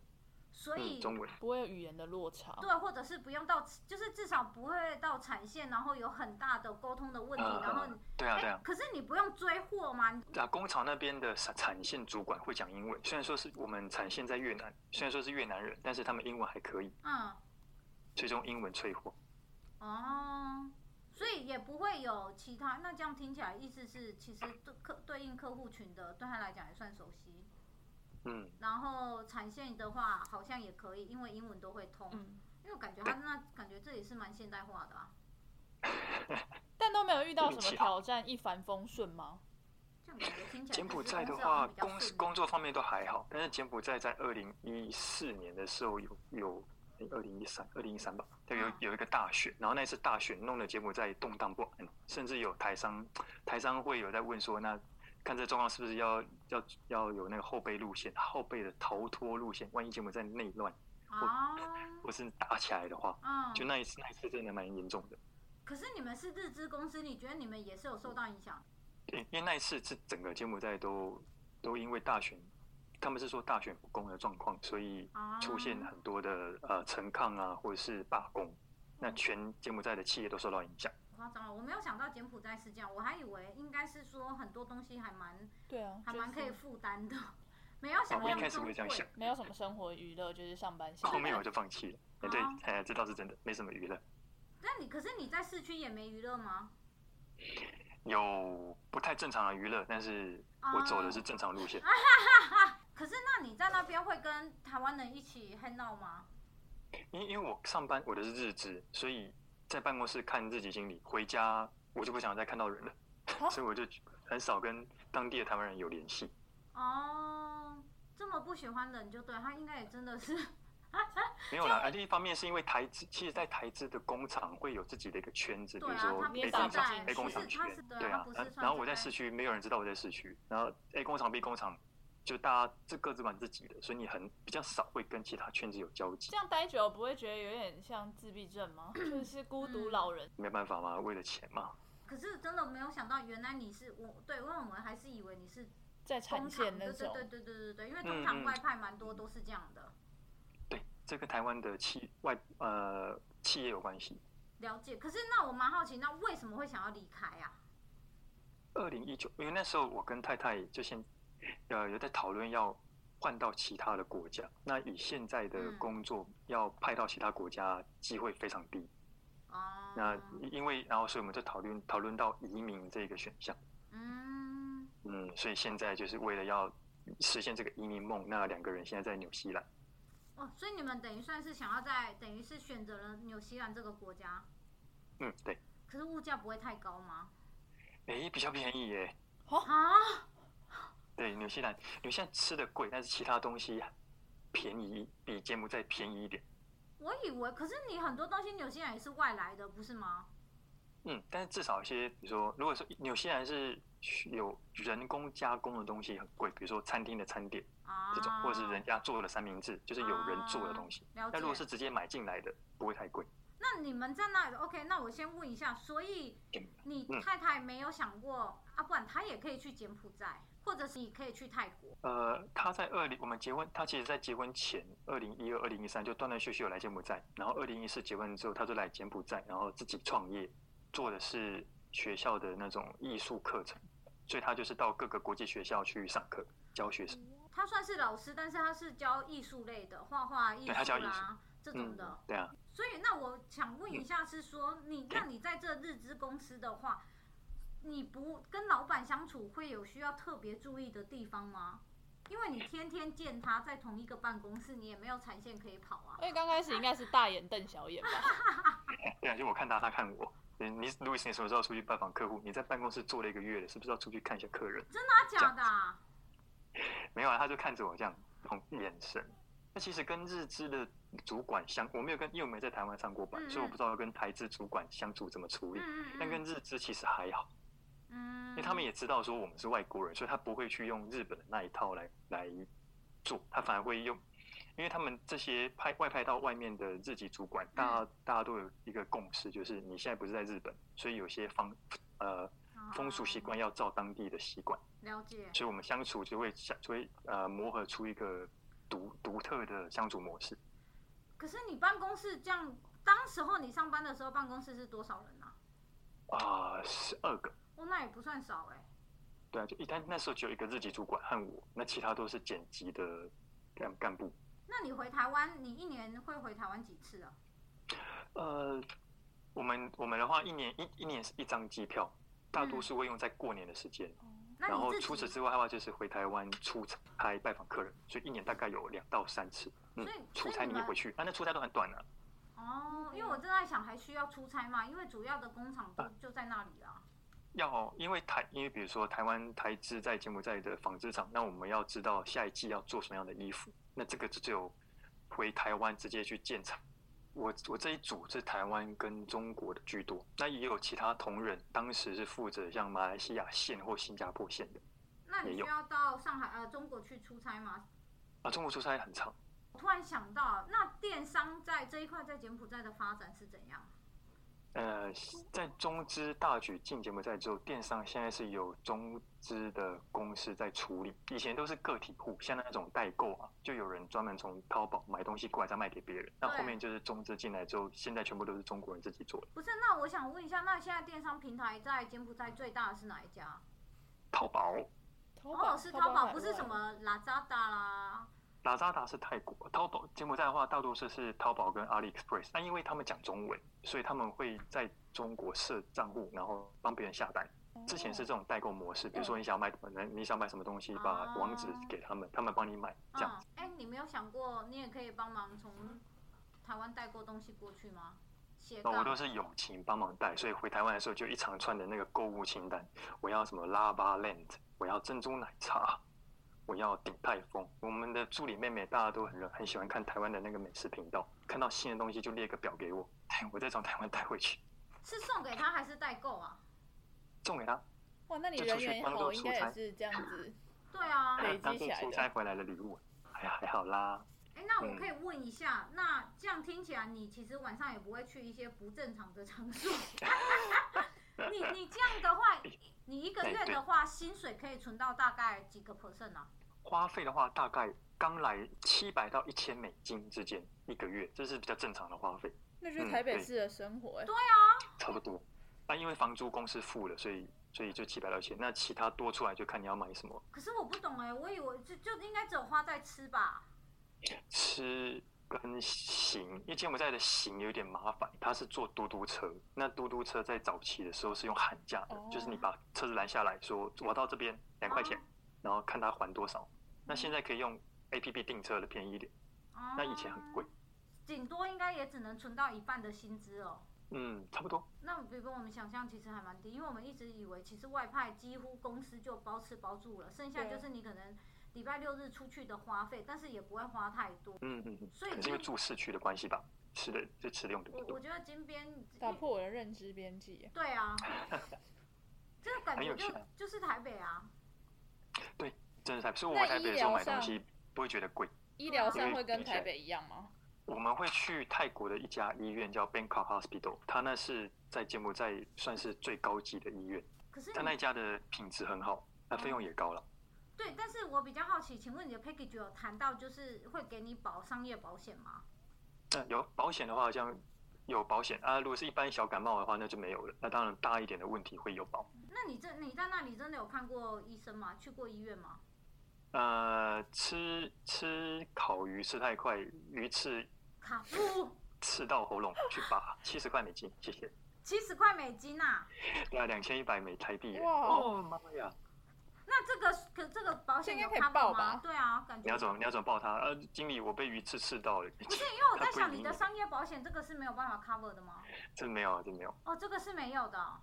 [SPEAKER 2] 所以、
[SPEAKER 3] 嗯，中文
[SPEAKER 1] 不会有语言的落差。
[SPEAKER 2] 对，啊或者是不用到，就是至少不会到产线，然后有很大的沟通的问题，
[SPEAKER 3] 嗯
[SPEAKER 2] 然后
[SPEAKER 3] 嗯
[SPEAKER 2] 你
[SPEAKER 3] 对啊，对啊
[SPEAKER 2] 哎，。可是你不用追货吗？你
[SPEAKER 3] 啊，工厂那边的产产线主管会讲英文，虽然说是我们产线在越南，虽然说是越南人，但是他们英文还可以，
[SPEAKER 2] 嗯，
[SPEAKER 3] 最终英文淬火。
[SPEAKER 2] 哦，所以也不会有其他。那这样听起来，意思是其实对客对应客户群的，对他来讲也算熟悉。
[SPEAKER 3] 嗯，
[SPEAKER 2] 然后产线的话，好像也可以，因为英文都会通。
[SPEAKER 1] 嗯，
[SPEAKER 2] 因为我感觉他那感觉这也是蛮现代化的啊，
[SPEAKER 1] 但都没有遇到什
[SPEAKER 3] 运
[SPEAKER 1] 么
[SPEAKER 3] 气好
[SPEAKER 1] 挑战，一帆风顺吗？
[SPEAKER 2] 这样感觉听起来
[SPEAKER 3] 柬埔寨的
[SPEAKER 2] 就是公司好
[SPEAKER 3] 话
[SPEAKER 2] 像比，较
[SPEAKER 3] 工
[SPEAKER 2] 顺利
[SPEAKER 3] 工作方面都还好，但是柬埔寨在二零一四年的时候有有。二零一三，二零一三吧，对，有
[SPEAKER 2] 嗯
[SPEAKER 3] 有一个大选，然后那次大选弄得柬埔寨动荡不安，甚至有台商，台商会有在问说，那看这状况是不是要要要有那个后备路线，后备的逃脱路线，万一柬埔寨内乱
[SPEAKER 2] 哦，
[SPEAKER 3] 或是打起来的话，
[SPEAKER 2] 嗯，
[SPEAKER 3] 就那一次，那一次真的蛮严重的。
[SPEAKER 2] 可是你们是日资公司，你觉得你们也是有受到影响？
[SPEAKER 3] 因因为那一次是整个柬埔寨都都因为大选，他们是说大选不公的状况，所以
[SPEAKER 2] 啊，
[SPEAKER 3] 出现很多的呃陈抗啊，或者是罢工，那全柬埔寨的企业都受到影响。
[SPEAKER 2] 夸张了，我没有想到柬埔寨是这样，我还以为应该是说很多东西还蛮
[SPEAKER 1] 对啊，
[SPEAKER 2] 还蛮
[SPEAKER 1] 就
[SPEAKER 2] 可以
[SPEAKER 1] 是
[SPEAKER 2] 负担的， 没有想
[SPEAKER 3] 啊我一
[SPEAKER 2] 象
[SPEAKER 3] 开始
[SPEAKER 2] 中
[SPEAKER 3] 会这样
[SPEAKER 2] 贵
[SPEAKER 3] 想
[SPEAKER 1] 没有什么生活娱乐，就是上班下
[SPEAKER 3] 后
[SPEAKER 1] 班。
[SPEAKER 3] 面我就放弃了。哎，对，哎，这倒是真的，没什么娱乐。
[SPEAKER 2] 那你可是你在市区也没娱乐吗？
[SPEAKER 3] 有不太正常的娱乐，但是我走的是正常路线。
[SPEAKER 2] 可是那你在那边会跟台湾人一起 hang out 吗？
[SPEAKER 3] 因因为我上班我的是日职，所以在办公室看日籍经理，回家我就不想再看到人了，
[SPEAKER 1] 啊
[SPEAKER 3] 所以我就很少跟当地的台湾人有联系。
[SPEAKER 2] 哦，这么不喜欢人就对他应该也真的是，
[SPEAKER 3] 没有啦，呃而另一方面是因为台资，其实，在台资的工厂会有自己的一个圈子，比
[SPEAKER 2] 对
[SPEAKER 3] 如
[SPEAKER 2] 啊，
[SPEAKER 3] 说
[SPEAKER 2] 他不
[SPEAKER 3] A
[SPEAKER 2] 是
[SPEAKER 1] 打
[SPEAKER 3] 工
[SPEAKER 1] 不进
[SPEAKER 3] 厂
[SPEAKER 2] 在
[SPEAKER 1] 去，
[SPEAKER 3] A 工
[SPEAKER 2] 其实
[SPEAKER 3] 厂
[SPEAKER 1] 是
[SPEAKER 3] 区
[SPEAKER 2] 他是，对
[SPEAKER 3] 对
[SPEAKER 2] 他
[SPEAKER 3] 啊
[SPEAKER 2] 不是，
[SPEAKER 3] 然
[SPEAKER 2] 算
[SPEAKER 3] 然后我在
[SPEAKER 2] 是
[SPEAKER 3] 市区，没有人知道我在市区，然后 A 工厂 B 工厂就大家这各自管自己的，所以你很比较少会跟其他圈子有交集
[SPEAKER 1] 这。样待久了不会觉得有点像自闭症 吗？就是孤独老人。
[SPEAKER 3] 没办法嘛，为了钱嘛，
[SPEAKER 2] 可是真的没有想到，原来你是我对，因为我们还是以为你是
[SPEAKER 1] 在产
[SPEAKER 2] 工厂，
[SPEAKER 1] 线那
[SPEAKER 2] 对对
[SPEAKER 1] 种，
[SPEAKER 2] 对对对对对，因为
[SPEAKER 3] 嗯
[SPEAKER 2] 通常
[SPEAKER 3] 嗯
[SPEAKER 2] 外派蛮多都是这样的。
[SPEAKER 3] 对，这跟台湾的企外呃企业有关系。
[SPEAKER 2] 了解，可是那我蛮好奇，那为什么会想要离开啊？
[SPEAKER 3] 二零一九，因为那时候我跟太太就先呃有在讨论要换到其他的国家，那以现在的
[SPEAKER 2] 嗯
[SPEAKER 3] 工作要派到其他国家机会非常低。
[SPEAKER 2] 哦，
[SPEAKER 3] 那因为然后所以我们就讨论讨论到移民这个选项，
[SPEAKER 2] 嗯，
[SPEAKER 3] 嗯，所以现在就是为了要实现这个移民梦，那两个人现在在纽西兰，
[SPEAKER 2] 哦，所以你们等于算是想要在，等于是选择了纽西兰这个国家，
[SPEAKER 3] 嗯，对，
[SPEAKER 2] 可是物价不会太高吗？
[SPEAKER 3] 诶，比较便宜耶，
[SPEAKER 2] 啊，
[SPEAKER 3] 对，纽西兰纽西兰吃的贵，但是其他东西便宜，比柬埔寨便宜一点。
[SPEAKER 2] 我以为，可是你很多东西纽西兰也是外来的，不是吗？
[SPEAKER 3] 嗯，但是至少一些，比如说，如果说纽西兰是有人工加工的东西很贵，比如说餐厅的餐点
[SPEAKER 2] 啊，
[SPEAKER 3] 这种，或者是人家做的三明治，就是有人做的东西。
[SPEAKER 2] 了
[SPEAKER 3] 那如果是
[SPEAKER 2] 解。
[SPEAKER 3] 直接买进来的，不会太贵。
[SPEAKER 2] 那你们在那里，OK？那我先问一下，所以你
[SPEAKER 3] 嗯
[SPEAKER 2] 太太没有想过、啊？不然她也可以去柬埔寨，或者是你可以去泰国。
[SPEAKER 3] 呃，他在二零我们结婚，他其实在结婚前，二零一二、二零一三就断断续续有来柬埔寨，然后二零一四结婚之后，他就来柬埔寨，然后自己创业，做的是学校的那种艺术课程，所以他就是到各个国际学校去上课教学生。
[SPEAKER 2] 他算是老师，但是他是教艺术类的，画画艺
[SPEAKER 3] 对他教
[SPEAKER 2] 术
[SPEAKER 3] 艺术
[SPEAKER 2] 啦这种嗯的。哦
[SPEAKER 3] 对啊，
[SPEAKER 2] 所以，那我想问一下，是说你，那你在这日资公司的话，你不跟老板相处会有需要特别注意的地方吗？因为你天天见他在同一个办公室，你也没有产线可以跑啊。
[SPEAKER 1] 因
[SPEAKER 3] 哎
[SPEAKER 1] 为哎刚开始应该是大眼瞪小眼吧，
[SPEAKER 3] 对啊，就我看他，他看我。对你路易斯，你什么时候出去拜访客户？你在办公室坐了一个月了，是不是要出去看一下客人？
[SPEAKER 2] 真的假的啊？
[SPEAKER 3] 没有啊，他就看着我这样，那种眼神。那其实跟日资的主管相，我没有跟，因为我没在台湾上过班，
[SPEAKER 2] 嗯嗯
[SPEAKER 3] 所以我不知道跟台资主管相处怎么处理。
[SPEAKER 2] 嗯
[SPEAKER 3] 但跟
[SPEAKER 2] 嗯
[SPEAKER 3] 日资其实还好，
[SPEAKER 2] 嗯，
[SPEAKER 3] 因为他们也知道说我们是外国人，所以他不会去用日本的那一套来来做，他反而会用，因为他们这些派外派到外面的日籍主管，大家大家都有一个共识，就是你现在不是在日本，所以有些方呃风俗习惯要照当地的习惯，
[SPEAKER 2] 哦了解。
[SPEAKER 3] 所以我们相处就会相就会呃磨合出一个独独特的相处模式。
[SPEAKER 2] 可是你办公室这样，当时候你上班的时候，办公室是多少人啊？
[SPEAKER 3] 啊，十二个，
[SPEAKER 2] 哦，那也不算少哎、
[SPEAKER 3] 对啊，就一但那时候只有一个日籍主管和我，那其他都是剪辑的干干部。
[SPEAKER 2] 那你回台湾，你一年会回台湾几次啊？
[SPEAKER 3] 呃，我们我们的话，一年一一年是一张机票，大多数会用在过年的时间。
[SPEAKER 2] 嗯那
[SPEAKER 3] 然
[SPEAKER 2] 你
[SPEAKER 3] 后
[SPEAKER 2] 自己哦
[SPEAKER 3] 除此之外的话，就是回台湾出差拜访客人，所以一年大概有两到三次。嗯
[SPEAKER 2] 所以，
[SPEAKER 3] 出
[SPEAKER 2] 所
[SPEAKER 3] 差
[SPEAKER 2] 以你
[SPEAKER 3] 你一
[SPEAKER 2] 们
[SPEAKER 3] 回去，啊，那出差都很短了、嗯
[SPEAKER 2] 哦，因为我正在想还需要出差嘛，因为主要的工厂
[SPEAKER 3] 啊
[SPEAKER 2] 都就在那里啊啦。
[SPEAKER 3] 要因为台，因为比如说台湾台资在柬埔寨的纺织厂，那我们要知道下一季要做什么样的衣服，那这个就只有回台湾直接去建厂。我我这一组是台湾跟中国的居多，那也有其他同仁，当时是负责像马来西亚线或新加坡线的。
[SPEAKER 2] 那你
[SPEAKER 3] 也
[SPEAKER 2] 需
[SPEAKER 3] 有
[SPEAKER 2] 要到上海呃中国去出差吗？
[SPEAKER 3] 啊，中国出差很长，
[SPEAKER 2] 我突然想到，那电商在这一块在柬埔寨的发展是怎样？
[SPEAKER 3] 呃，在中资大举进柬埔寨之后，电商现在是有中资的公司在处理，以前都是个体户，像那种代购啊，就有人专门从淘宝买东西过来再卖给别人。那
[SPEAKER 2] 对
[SPEAKER 3] 后面就是中资进来之后，现在全部都是中国人自己做的，
[SPEAKER 2] 不是，那我想问一下，那现在电商平台在柬埔寨最大的是哪一家？
[SPEAKER 3] 淘宝、
[SPEAKER 1] 淘
[SPEAKER 2] 哦，是淘宝，
[SPEAKER 1] 海
[SPEAKER 2] 不是
[SPEAKER 1] 外
[SPEAKER 2] 什么 Lazada 啦。
[SPEAKER 3] 拉扎达是泰国，淘宝柬埔寨的话，大多数是淘宝跟 AliExpress。那因为他们讲中文，所以他们会在中国设账户，然后帮别人下单。
[SPEAKER 1] 哦
[SPEAKER 3] 之前是这种代购模式，比如说你想买，你想买什么东西，把
[SPEAKER 2] 哦
[SPEAKER 3] 网址给他们，他们帮你买，这样
[SPEAKER 1] 哦
[SPEAKER 2] 嗯，哎、你没有想过你也可以帮忙从台湾带过东西过去吗？斜
[SPEAKER 3] 那
[SPEAKER 2] 杠
[SPEAKER 3] 我都是友情帮忙带，所以回台湾的时候就一长串的那个购物清单，我要什么拉巴 land，我要珍珠奶茶，我要鼎泰丰。我们的助理妹妹大家都很热很喜欢看台湾的那个美食频道，看到新的东西就列个表给我，哎我再从台湾带回去
[SPEAKER 2] 是送给他还是代购啊？
[SPEAKER 3] 送给她，
[SPEAKER 1] 哇，那你
[SPEAKER 3] 就
[SPEAKER 1] 人
[SPEAKER 3] 出去
[SPEAKER 1] 缘
[SPEAKER 3] 帮
[SPEAKER 1] 好，
[SPEAKER 3] 助
[SPEAKER 1] 应
[SPEAKER 3] 出
[SPEAKER 1] 该也
[SPEAKER 3] 差
[SPEAKER 1] 是这样子。
[SPEAKER 2] 对啊，
[SPEAKER 1] 累积
[SPEAKER 3] 当
[SPEAKER 1] 起
[SPEAKER 3] 做
[SPEAKER 1] 来
[SPEAKER 3] 出
[SPEAKER 1] 的
[SPEAKER 3] 差回来的礼物。哎呀，还好啦，
[SPEAKER 2] 哎、那
[SPEAKER 3] 嗯
[SPEAKER 2] 我可以问一下，那这样听起来你其实晚上也不会去一些不正常的场 所。你你这样的
[SPEAKER 3] 哎
[SPEAKER 2] 话，你一个月的话，薪水可以存到大概几个 percent 啊？
[SPEAKER 3] 花费的话大概刚来七百到一千美金之间一个月，这是比较正常的花费。
[SPEAKER 1] 那就是
[SPEAKER 3] 嗯
[SPEAKER 1] 台北
[SPEAKER 3] 对
[SPEAKER 1] 市的生活、欸，
[SPEAKER 2] 嗯
[SPEAKER 3] 差不多。那、因为房租公司付了，所以所以就七百到千，那其他多出来就看你要买什么
[SPEAKER 2] 可是我不懂哎、我以为就就应该只有花在吃吧。
[SPEAKER 3] 吃跟行，因为柬埔寨的行有点麻烦，它是坐嘟嘟车，那嘟嘟车在早期的时候是用喊价的，
[SPEAKER 1] 哦
[SPEAKER 3] 就是你把车子拦下来说我到这边两块钱，然后看他还多少。那现在可以用 A P P 订车的便宜一点，
[SPEAKER 2] 哦
[SPEAKER 3] 那以前很贵，，
[SPEAKER 2] 顶多应该也只能存到一半的薪资哦。
[SPEAKER 3] 嗯，差不多。
[SPEAKER 2] 那比比我们想象其实还蛮低，因为我们一直以为其实外派几乎公司就包吃包住了，剩下
[SPEAKER 1] 对
[SPEAKER 2] 就是你可能礼拜六日出去的花费，但是也不会花太多。
[SPEAKER 3] 嗯嗯嗯，
[SPEAKER 2] 所以
[SPEAKER 3] 可能是因
[SPEAKER 2] 金
[SPEAKER 3] 为住市区的关系吧，吃的就吃的用的比
[SPEAKER 2] 我
[SPEAKER 3] 较多
[SPEAKER 2] 我，觉得金边
[SPEAKER 1] 打破我的认知边界欸。
[SPEAKER 2] 对 啊，这个感
[SPEAKER 3] 很
[SPEAKER 2] 觉
[SPEAKER 3] 有
[SPEAKER 2] 就
[SPEAKER 3] 趣啊
[SPEAKER 2] 就是台北啊，
[SPEAKER 3] 真的台北。所以我
[SPEAKER 1] 那
[SPEAKER 3] 回台北的时
[SPEAKER 1] 医
[SPEAKER 3] 候
[SPEAKER 1] 疗
[SPEAKER 3] 买东
[SPEAKER 1] 上
[SPEAKER 3] 西不会觉得贵。
[SPEAKER 1] 医疗
[SPEAKER 3] 因
[SPEAKER 1] 上
[SPEAKER 3] 为
[SPEAKER 1] 会跟
[SPEAKER 3] 以
[SPEAKER 1] 台
[SPEAKER 3] 前
[SPEAKER 1] 北一样吗？
[SPEAKER 3] 我们会去泰国的一家医院叫 Bangkok Hospital，它那是在柬埔寨算是最高级的医院，
[SPEAKER 2] 可是
[SPEAKER 3] 它那
[SPEAKER 2] 你
[SPEAKER 3] 一家的品质很好，那费用也高了。
[SPEAKER 2] 对，但是我比较好奇，请问你的 package 有谈到就是会给你保商业保险吗？
[SPEAKER 1] 嗯
[SPEAKER 3] 那有保险的话，好像有保险啊。如果是一般小感冒的话，那就没有了。那当然大一点的问题会有保。
[SPEAKER 2] 那你这你在那里真的有看过医生吗？去过医院吗？
[SPEAKER 3] 呃，吃吃烤鱼吃太快，鱼刺
[SPEAKER 2] 卡布
[SPEAKER 3] 刺到喉咙，去拔七十块美金，谢谢。
[SPEAKER 2] 七十块美金呐、
[SPEAKER 3] 对啊，两千一百美台币耶。
[SPEAKER 1] 哇
[SPEAKER 3] 哦妈呀！
[SPEAKER 2] 那这个可这个保险
[SPEAKER 1] 这应
[SPEAKER 2] 有
[SPEAKER 1] 该可以
[SPEAKER 2] cover
[SPEAKER 1] 报
[SPEAKER 2] 吗
[SPEAKER 1] 吧？
[SPEAKER 2] 对啊，感
[SPEAKER 3] 你
[SPEAKER 2] 觉
[SPEAKER 3] 要怎么你要怎么抱他？呃，经理，我被鱼刺刺到了。
[SPEAKER 2] 不是因为我在
[SPEAKER 3] 它
[SPEAKER 2] 想
[SPEAKER 3] 不一定
[SPEAKER 2] 你的商业保险这个是没有办法 cover 的吗？
[SPEAKER 3] 真没有啊，真没有。
[SPEAKER 2] 哦，这个是没有的哦、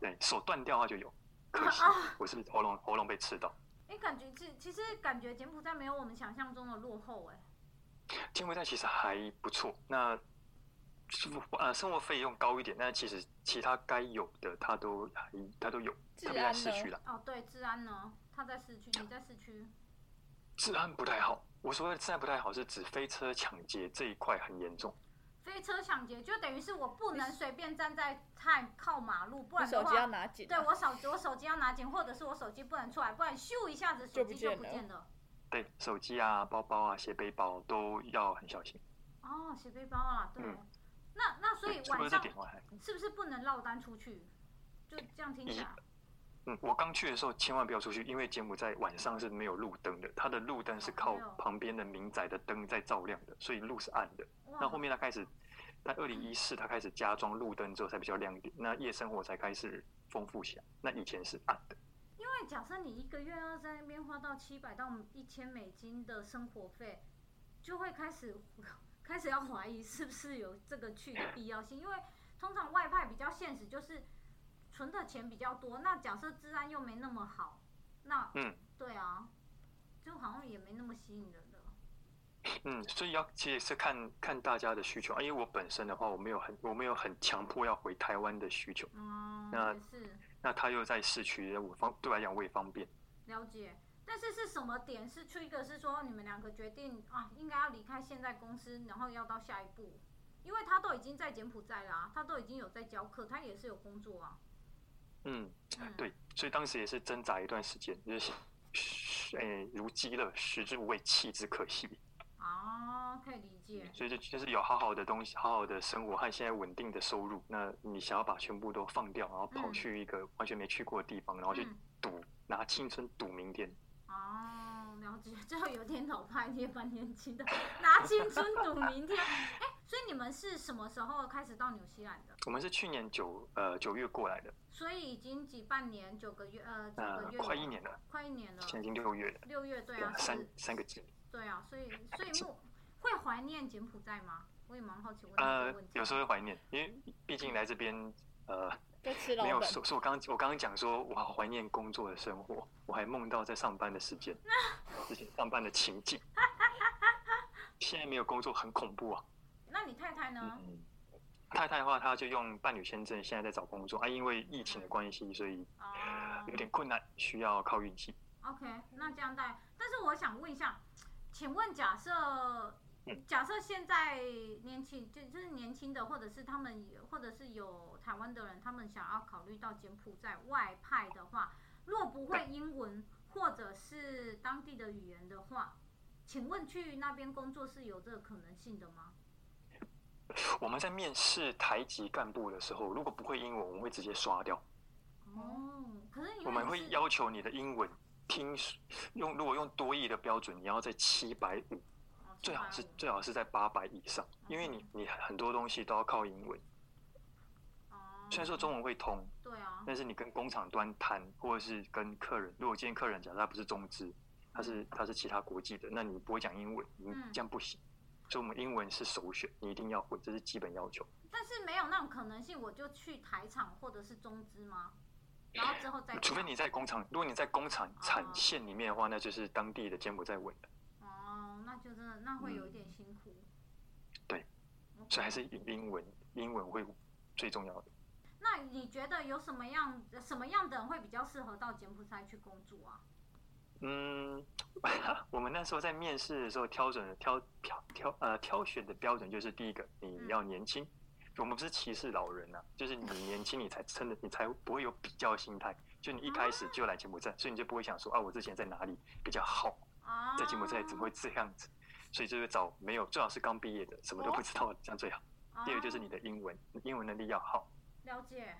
[SPEAKER 3] 对手断掉它就有，可惜我是喉咙喉咙被刺到。
[SPEAKER 2] 因为感觉其其实感觉柬埔寨没有我们想象中的落后哎、
[SPEAKER 3] 柬埔寨其实还不错，那生活呃生活费用高一点，但其实其他该有的它都还它都有，
[SPEAKER 1] 治
[SPEAKER 3] 特别在
[SPEAKER 1] 安
[SPEAKER 3] 市区
[SPEAKER 1] 呢？
[SPEAKER 3] 啦，
[SPEAKER 2] 哦，对，治安呢？他在市区，你在市区，
[SPEAKER 3] 治安不太好。我所谓的治安不太好，是指飞车抢劫这一块很严重。
[SPEAKER 2] 飞车抢劫就等于是我不能随便站在太靠马路，不
[SPEAKER 1] 你
[SPEAKER 2] 然的
[SPEAKER 1] 手机要
[SPEAKER 2] 话，
[SPEAKER 1] 拿紧
[SPEAKER 2] 对
[SPEAKER 1] 啊。
[SPEAKER 2] 我手我手机要拿紧，或者是我手机不能出来，不然咻一下子手
[SPEAKER 1] 就不
[SPEAKER 2] 机就
[SPEAKER 1] 见
[SPEAKER 2] 不
[SPEAKER 1] 了
[SPEAKER 2] 见了。
[SPEAKER 3] 对，手机啊、包包啊、斜背包都要很小心。
[SPEAKER 2] 哦，斜背包啊，对。
[SPEAKER 3] 嗯
[SPEAKER 2] 那那所以
[SPEAKER 3] 除了
[SPEAKER 2] 晚
[SPEAKER 3] 这
[SPEAKER 2] 上
[SPEAKER 3] 点我还，
[SPEAKER 2] 是不是不能落单出去？就这样听起来，
[SPEAKER 3] 嗯，我刚去的时候千万不要出去，因为柬埔寨晚上是没有路灯的，它的路灯是靠
[SPEAKER 2] 哦没有
[SPEAKER 3] 旁边的民宅的灯在照亮的，所以路是暗的。那
[SPEAKER 2] 哇
[SPEAKER 3] 后，面他开始，在二零一四他开始加装路灯之后才比较亮一点，那夜生活才开始丰富起来。那以前是暗的，
[SPEAKER 2] 因为假设你一个月要在那边花到七百到一千美金的生活费，就会开始 开始要怀疑是不是有这个去的必要性，因为通常外派比较现实，就是存的钱比较多，那假设治安又没那么好，那
[SPEAKER 3] 嗯
[SPEAKER 2] 对啊，就好像也没那么吸引人了。
[SPEAKER 3] 嗯，所以要其实是看看大家的需求。因为我本身的话，我没有很我没有很强迫要回台湾的需求，
[SPEAKER 2] 嗯，
[SPEAKER 3] 那
[SPEAKER 2] 也是。
[SPEAKER 3] 那他又在市区，我方对我来讲我也方便。
[SPEAKER 2] 了解，但是是什么点是出一个是说你们两个决定啊，应该要离开现在公司，然后要到下一步，因为他都已经在柬埔寨啦、他都已经有在教课，他也是有工作啊。
[SPEAKER 3] 嗯，
[SPEAKER 2] 嗯，
[SPEAKER 3] 对，所以当时也是挣扎一段时间，就是嘘诶如饥了，食之无味，弃之可惜。
[SPEAKER 2] 哦，可以理解。
[SPEAKER 3] 所以就就是有好好的东西，好好的生活和现在稳定的收入，那你想要把全部都放掉，然后跑
[SPEAKER 2] 嗯
[SPEAKER 3] 去一个完全没去过的地方，然后去
[SPEAKER 2] 嗯，
[SPEAKER 3] 赌，拿青春赌明天。
[SPEAKER 2] 哦，了解，最后有点老派，你也蛮年轻的，拿青春赌明天。哎、所以你们是什么时候开始到纽西兰的？
[SPEAKER 3] 我们是去年九呃九月过来的，
[SPEAKER 2] 所以已经几半年，九个月，呃，九
[SPEAKER 3] 那、
[SPEAKER 2] 个月，
[SPEAKER 3] 快一，年了，
[SPEAKER 2] 快一年了。
[SPEAKER 3] 现在已经六月了，
[SPEAKER 2] 六月对
[SPEAKER 3] 对
[SPEAKER 2] 啊
[SPEAKER 3] 啊，，三
[SPEAKER 2] 是
[SPEAKER 3] 三个季。
[SPEAKER 2] 对啊，所以所以目会怀念柬埔寨吗？我也蛮好奇问这
[SPEAKER 3] 呃
[SPEAKER 2] 个问，题。
[SPEAKER 3] 有时候会怀念，因为毕竟来这边呃
[SPEAKER 1] 在吃老
[SPEAKER 3] 没有，
[SPEAKER 1] 本，
[SPEAKER 3] 所所以我刚我刚刚讲说，我好怀念工作的生活，我还梦到在上班的时间，之前上班的情境。现在没有工作很恐怖啊。
[SPEAKER 2] 那你太太呢？
[SPEAKER 3] 嗯，太太的话，她就用伴侣签证，现在在找工作啊，因为疫情的关系，所以
[SPEAKER 2] 哦
[SPEAKER 3] 有点困难，需要靠运气。
[SPEAKER 2] ，OK，那这样带。但是我想问一下，请问假设
[SPEAKER 3] 嗯
[SPEAKER 2] 假设现在年轻就就是年轻的，或者是他们或者是有台湾的人，他们想要考虑到柬埔寨外派的话，若不会英文或者是当地的语言的话，请问去那边工作是有这个可能性的吗？
[SPEAKER 3] 我们在面试台籍干部的时候，如果不会英文，我们会直接刷掉。
[SPEAKER 2] 哦，可是你
[SPEAKER 3] 我们会
[SPEAKER 2] 是
[SPEAKER 3] 要求你的英文听用，如果用多译的标准，你要在七百五，
[SPEAKER 2] 哦嗯
[SPEAKER 3] 最啊好是
[SPEAKER 2] 750
[SPEAKER 3] 最好是在八百以上，因为你你很多东西都要靠英文。
[SPEAKER 2] 哦，
[SPEAKER 3] 虽然说中文会通，
[SPEAKER 2] 对啊，
[SPEAKER 3] 但是你跟工厂端谈，或者是跟客人，如果今天客人假设他不是中资，他是他是其他国际的，那你不会讲英文，你
[SPEAKER 2] 嗯
[SPEAKER 3] 这样不行。所以我们英文是首选，你一定要会，这是基本要求。
[SPEAKER 2] 但是没有那种可能性，我就去台厂或者是中资吗？然后之后再
[SPEAKER 3] 呃除非你在工厂，如果你在工厂产线里面的话，那就是当地的柬埔寨文的，
[SPEAKER 2] 哦，那就真的那会有一点辛苦。
[SPEAKER 3] 嗯对
[SPEAKER 2] OK，
[SPEAKER 3] 所以还是以英文，英文会最重要的。
[SPEAKER 2] 那你觉得有什么样什么样的人会比较适合到柬埔寨去工作啊？
[SPEAKER 3] 嗯， 我们那时候在面试的时候挑准挑挑挑呃挑选的标准就是第一个，你要年轻。我们不是歧视老人啊，就是你年轻，你才真的你才不会有比较心态。就你一开始就来柬埔寨，所以你就不会想说啊，我之前在哪里比较好，
[SPEAKER 2] 哦，
[SPEAKER 3] 在柬埔寨怎么会这样子？所以就会找没有，最好是刚毕业的，什么都不知道，这样最好。
[SPEAKER 2] 哦？
[SPEAKER 3] 第二个就是你的英文，英文能力要好，
[SPEAKER 2] 了解。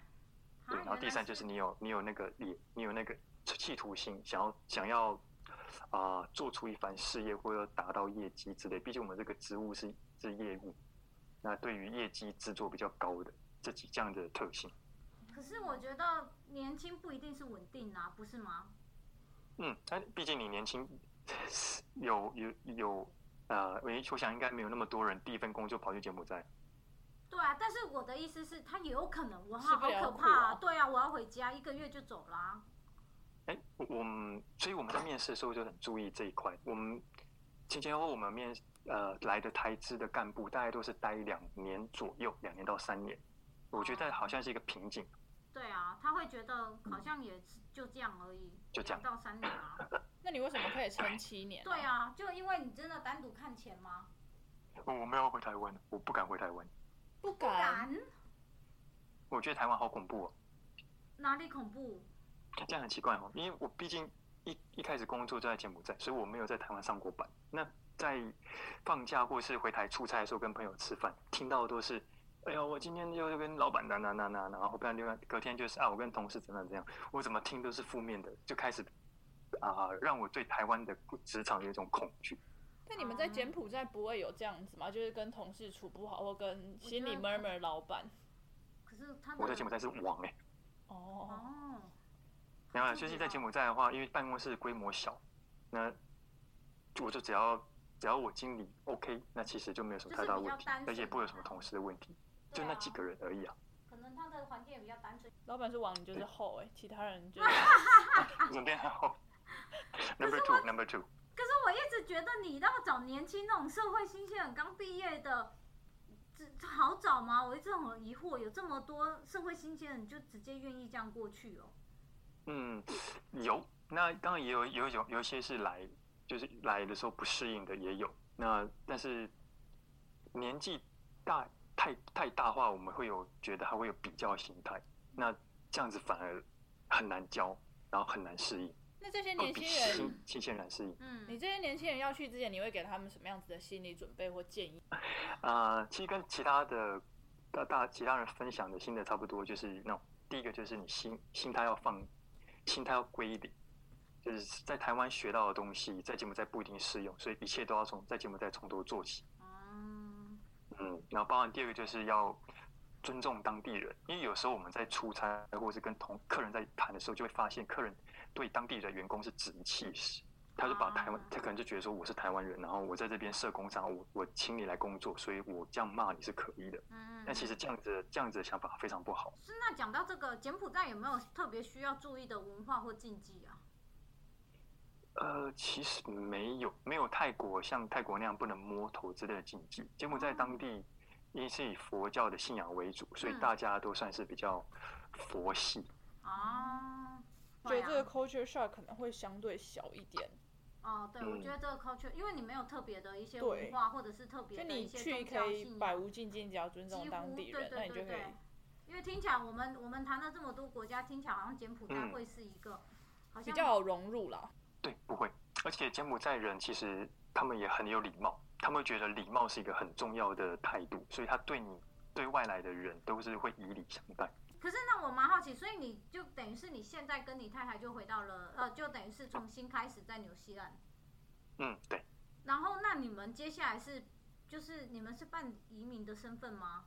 [SPEAKER 2] 啊
[SPEAKER 3] 对。然后
[SPEAKER 2] 原
[SPEAKER 3] 第
[SPEAKER 2] 来
[SPEAKER 3] 三就是你有你有那个你你有那个企图心，想要想要啊、做出一番事业或者达到业绩之类。毕竟我们这个职务是是业务，那对于业绩制作比较高的这几这样的特性。
[SPEAKER 2] 可是我觉得年轻不一定是稳定啊，不是吗？
[SPEAKER 3] 嗯，但毕竟你年轻，有有有，呃，我我想应该没有那么多人第一份工就跑去柬埔寨。
[SPEAKER 2] 对啊，但是我的意思是，他也有可能，哇，
[SPEAKER 1] 吃
[SPEAKER 2] 好
[SPEAKER 1] 不了
[SPEAKER 2] 可
[SPEAKER 1] 苦
[SPEAKER 2] 怕啊！
[SPEAKER 1] 啊
[SPEAKER 2] 对啊，我要回家，一个月就走啦、
[SPEAKER 3] 哎，我我们所以我们在面试的时候就很注意这一块。我们前前后后我们面呃来的台资的干部大概都是待两年左右，两年到三年。我觉得好像是一个瓶颈。
[SPEAKER 2] 对啊，他会觉得好像也是就这样而已，
[SPEAKER 3] 就这样
[SPEAKER 2] 两到三年啊。
[SPEAKER 1] 那你为什么可以撑七年？
[SPEAKER 2] 对，啊，就因为你真的单独看钱吗？
[SPEAKER 3] 哦我我没有回台湾，我不敢回台湾。
[SPEAKER 1] 不
[SPEAKER 2] 不
[SPEAKER 3] 嗯
[SPEAKER 1] 敢。啊
[SPEAKER 2] 然
[SPEAKER 3] 我觉得台湾好恐怖哦，
[SPEAKER 2] 哪里恐怖？
[SPEAKER 3] 这样很奇怪哦，因为我毕竟一一开始工作就在柬埔寨，所以我没有在台湾上过班。那在放假或是回台出差的时候，跟朋友吃饭，听到的都是，哎呀，我今天又跟老板哪哪哪哪，然后不然另外隔天就是啊，我跟同事怎样怎样，我怎么听都是负面的，就开始啊、让我对台湾的职场有一种恐惧。
[SPEAKER 1] 但你们在柬埔寨不会有这样子吗？就是跟同事处不好，或跟心里
[SPEAKER 2] 我觉得
[SPEAKER 1] murmur 老板。
[SPEAKER 2] 可是他的
[SPEAKER 3] 我在柬埔寨是王哎、
[SPEAKER 1] 哦，
[SPEAKER 2] 哦，
[SPEAKER 3] 然后啊就是在柬埔寨的话，因为办公室规模小，那我就只要只要我经理 OK，那其实就没有什么太大问
[SPEAKER 2] 就是比
[SPEAKER 3] 题
[SPEAKER 2] 较单，纯
[SPEAKER 3] 而且也不会有什么同事的问题，就
[SPEAKER 2] 对啊
[SPEAKER 3] 那几个人而已啊。
[SPEAKER 2] 可能他的环境也比较单纯。
[SPEAKER 1] 老板是王，你就是后哎、其他 人就
[SPEAKER 2] 啊
[SPEAKER 3] 那边还好。Number two, number two，
[SPEAKER 2] 可是我一直觉得你要找年轻那种社会新鲜人刚毕业的，这这好找吗？我一直很疑惑，有这么多社会新鲜人就直接愿意这样过去哦。
[SPEAKER 3] 嗯，有。那当然也有有有有一些是来，就是来的时候不适应的也有。那但是年纪大太太大化，我们会有觉得还会有比较心态，那这样子反而很难教，然后很难适应。
[SPEAKER 1] 那这些
[SPEAKER 3] 会
[SPEAKER 1] 年
[SPEAKER 3] 比
[SPEAKER 1] 轻人，
[SPEAKER 3] 新新鲜人适应。
[SPEAKER 2] 嗯，
[SPEAKER 1] 你这些年轻人要去之前，你会给他们什么样子的心理准备或建议？
[SPEAKER 3] 啊，其实跟其他的大大其他人分享的心得差不多，就是那种第一个就是你心心态要放，心态要归一点，就是在台湾学到的东西，在柬埔寨不一定适用，所以一切都要从在柬埔寨从头做起。
[SPEAKER 2] 嗯，
[SPEAKER 3] 嗯，然后包含第二个就是要尊重当地人，因为有时候我们在出差或者是跟同客人在谈的时候，就会发现客人对当地的员工是指名气使，他就把台湾
[SPEAKER 2] 啊，
[SPEAKER 3] 他可能就觉得说我是台湾人，然后我在这边设工厂，我我请你来工作，所以我这样骂你是可以的。
[SPEAKER 2] 嗯，
[SPEAKER 3] 但其实这样子的这样子的想法非常不好。
[SPEAKER 2] 是那讲到这个，柬埔寨有没有特别需要注意的文化或禁忌啊？
[SPEAKER 3] 呃，其实没有，没有泰国像泰国那样不能摸头之类的禁忌。柬埔寨当地因是以佛教的信仰为主，所以
[SPEAKER 2] 哦嗯
[SPEAKER 3] 大家都算是比较佛系。
[SPEAKER 2] 啊，
[SPEAKER 1] 觉得这个
[SPEAKER 2] 对啊
[SPEAKER 1] culture shock 可能会相对小一点。
[SPEAKER 2] 哦，对，我
[SPEAKER 3] 嗯
[SPEAKER 2] 觉得这个 culture，因为你没有特别的一些
[SPEAKER 1] 对
[SPEAKER 2] 文化或者是特
[SPEAKER 1] 就
[SPEAKER 2] 别的
[SPEAKER 1] 你
[SPEAKER 2] 一些
[SPEAKER 1] 去
[SPEAKER 2] 宗
[SPEAKER 1] 可
[SPEAKER 2] 教
[SPEAKER 1] 以
[SPEAKER 2] 信
[SPEAKER 1] 百
[SPEAKER 2] 仰，
[SPEAKER 1] 无禁忌，你只要尊
[SPEAKER 2] 几
[SPEAKER 1] 重
[SPEAKER 2] 乎
[SPEAKER 1] 当地人
[SPEAKER 2] 对，
[SPEAKER 1] 那你
[SPEAKER 2] 对
[SPEAKER 1] 就
[SPEAKER 2] 对
[SPEAKER 1] 可以
[SPEAKER 2] 对。因为听起来我们我们谈了这么多国家，听起来好像柬埔寨
[SPEAKER 3] 嗯
[SPEAKER 2] 会是一个、好
[SPEAKER 1] 嗯比
[SPEAKER 2] 像
[SPEAKER 1] 较有融入啦。
[SPEAKER 3] 对，不会。而且柬埔寨人其实他们也很有礼貌，他们觉得礼貌是一个很重要的态度，所以他对你对外来的人都是会以礼相待。
[SPEAKER 2] 可是那我蛮好奇，所以你就等于是你现在跟你太太就回到了呃，就等于是重新开始在纽西兰，
[SPEAKER 3] 嗯，对。
[SPEAKER 2] 然后那你们接下来是就是你们是办移民的身份吗？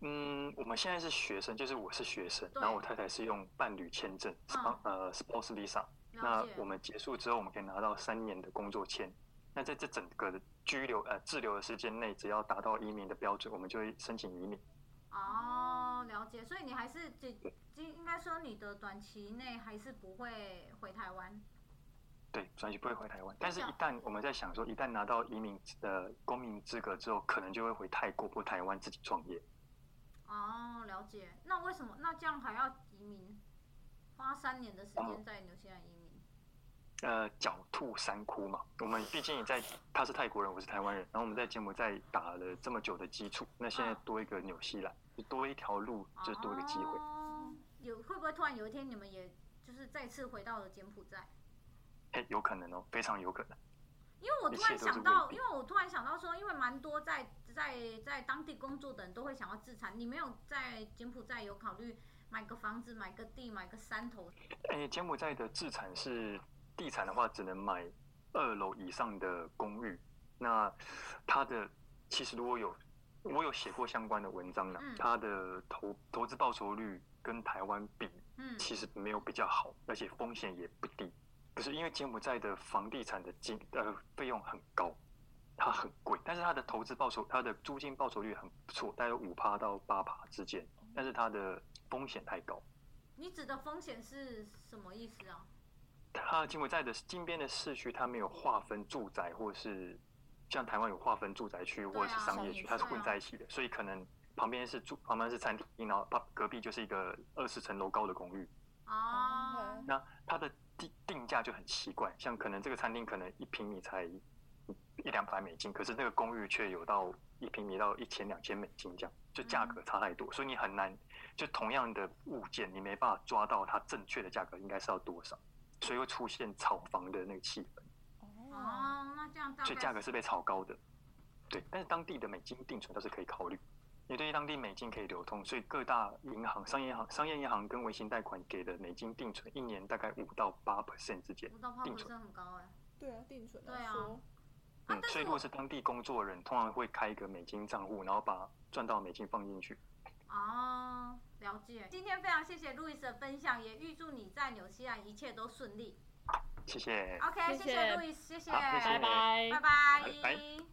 [SPEAKER 3] 嗯，我们现在是学生，就是我是学生，
[SPEAKER 2] 对
[SPEAKER 3] 然后我太太是用伴侣签证，
[SPEAKER 2] 嗯
[SPEAKER 3] 呃，spouse visa。那
[SPEAKER 2] 了解，
[SPEAKER 3] 我们结束之后，我们可以拿到三年的工作签。那在这整个的居留呃滞留的时间内，只要达到移民的标准，我们就会申请移民。
[SPEAKER 2] 哦，了解，所以你还是这应应该说你的短期内还是不会回台湾。
[SPEAKER 3] 对，所以不会回台湾。但是，
[SPEAKER 2] 这
[SPEAKER 3] 一
[SPEAKER 2] 样
[SPEAKER 3] 旦我们在想说，一旦拿到移民呃公民资格之后，可能就会回泰国或台湾自己创业。
[SPEAKER 2] 哦，了解。那为什么？那这样还要移民，花三年的时
[SPEAKER 3] 哦
[SPEAKER 2] 间在纽西兰移民？
[SPEAKER 3] 呃，狡兔三窟嘛，我们毕竟在他是泰国人，我是台湾人，然后我们在柬埔寨打了这么久的基础，那现在
[SPEAKER 2] 嗯
[SPEAKER 3] 多一个纽西兰，就多一条路，就多一个机会。
[SPEAKER 2] 哦、有会不会突然有一天你们也就是再次回到了柬埔寨？
[SPEAKER 3] 哎，有可能哦，非常有可能。
[SPEAKER 2] 因为我
[SPEAKER 3] 一
[SPEAKER 2] 突然
[SPEAKER 3] 切都是
[SPEAKER 2] 想到，
[SPEAKER 3] 未
[SPEAKER 2] 因
[SPEAKER 3] 必
[SPEAKER 2] 为我突然想到说，因为蛮多在在在当地工作的人都会想要自产，你没有在柬埔寨有考虑买个房子、买个地、买个山头？
[SPEAKER 3] 哎，柬埔寨的自产是地产的话，只能买二楼以上的公寓。那它的其实如果有我有写过相关的文章呢
[SPEAKER 2] 嗯，
[SPEAKER 3] 它的投投资报酬率跟台湾比
[SPEAKER 2] 嗯
[SPEAKER 3] 其实没有比较好，而且风险也不低。不是因为柬埔寨的房地产的金呃费用很高，它很贵，但是它的投资报酬、它的租金报酬率很不错，大概五趴到八趴之间，
[SPEAKER 2] 哦
[SPEAKER 3] 但是它的风险太高。
[SPEAKER 2] 你指的风险是什么意思啊？
[SPEAKER 3] 它柬埔寨的金边的市区，它没有划分住宅或是像台湾有划分住宅区
[SPEAKER 2] 对啊
[SPEAKER 3] 或者是商业区，啊它是混在一起的，所以可能旁边是住旁边是餐厅，然后旁隔壁就是一个二十层楼高的公寓。
[SPEAKER 2] 哦，
[SPEAKER 1] OK
[SPEAKER 3] 那它的定定价就很奇怪，像可能这个餐厅可能一平米才一一两百美金，可是那个公寓却有到一平米到一千两千美金这样，就价格差太多，所以你很难就同样的物件，你没办法抓到它正确的价格应该是要多少，所以会出现炒房的那个气氛，
[SPEAKER 1] 哦，
[SPEAKER 2] 哦，那这样大
[SPEAKER 3] 所以价
[SPEAKER 2] 概
[SPEAKER 3] 格是被炒高的。对，但是当地的美金定存倒是可以考虑，因为对于当地美金可以流通，所以各大银行、商业银行、商业银行跟微信贷款给的美金定存一年大概五到八 percent 之间。
[SPEAKER 2] 五到八
[SPEAKER 3] 定
[SPEAKER 2] 不是很高哎。
[SPEAKER 1] 对啊，定存
[SPEAKER 2] 对啊
[SPEAKER 1] 说
[SPEAKER 2] 啊
[SPEAKER 3] 嗯，，
[SPEAKER 2] 但
[SPEAKER 3] 所以
[SPEAKER 2] 是
[SPEAKER 3] 如果
[SPEAKER 2] 我
[SPEAKER 3] 是当地工作人，通常会开一个美金账户，然后把赚到的美金放进去。
[SPEAKER 2] 哦，了解。今天非常谢谢路易斯的分享，也预祝你在纽西兰一切都顺利。
[SPEAKER 3] 谢谢。
[SPEAKER 2] OK，
[SPEAKER 1] 谢
[SPEAKER 2] 谢
[SPEAKER 1] 谢
[SPEAKER 2] 路易斯，谢谢，
[SPEAKER 3] 好谢谢
[SPEAKER 1] 拜拜
[SPEAKER 2] 拜
[SPEAKER 3] 拜
[SPEAKER 2] 拜
[SPEAKER 3] 拜拜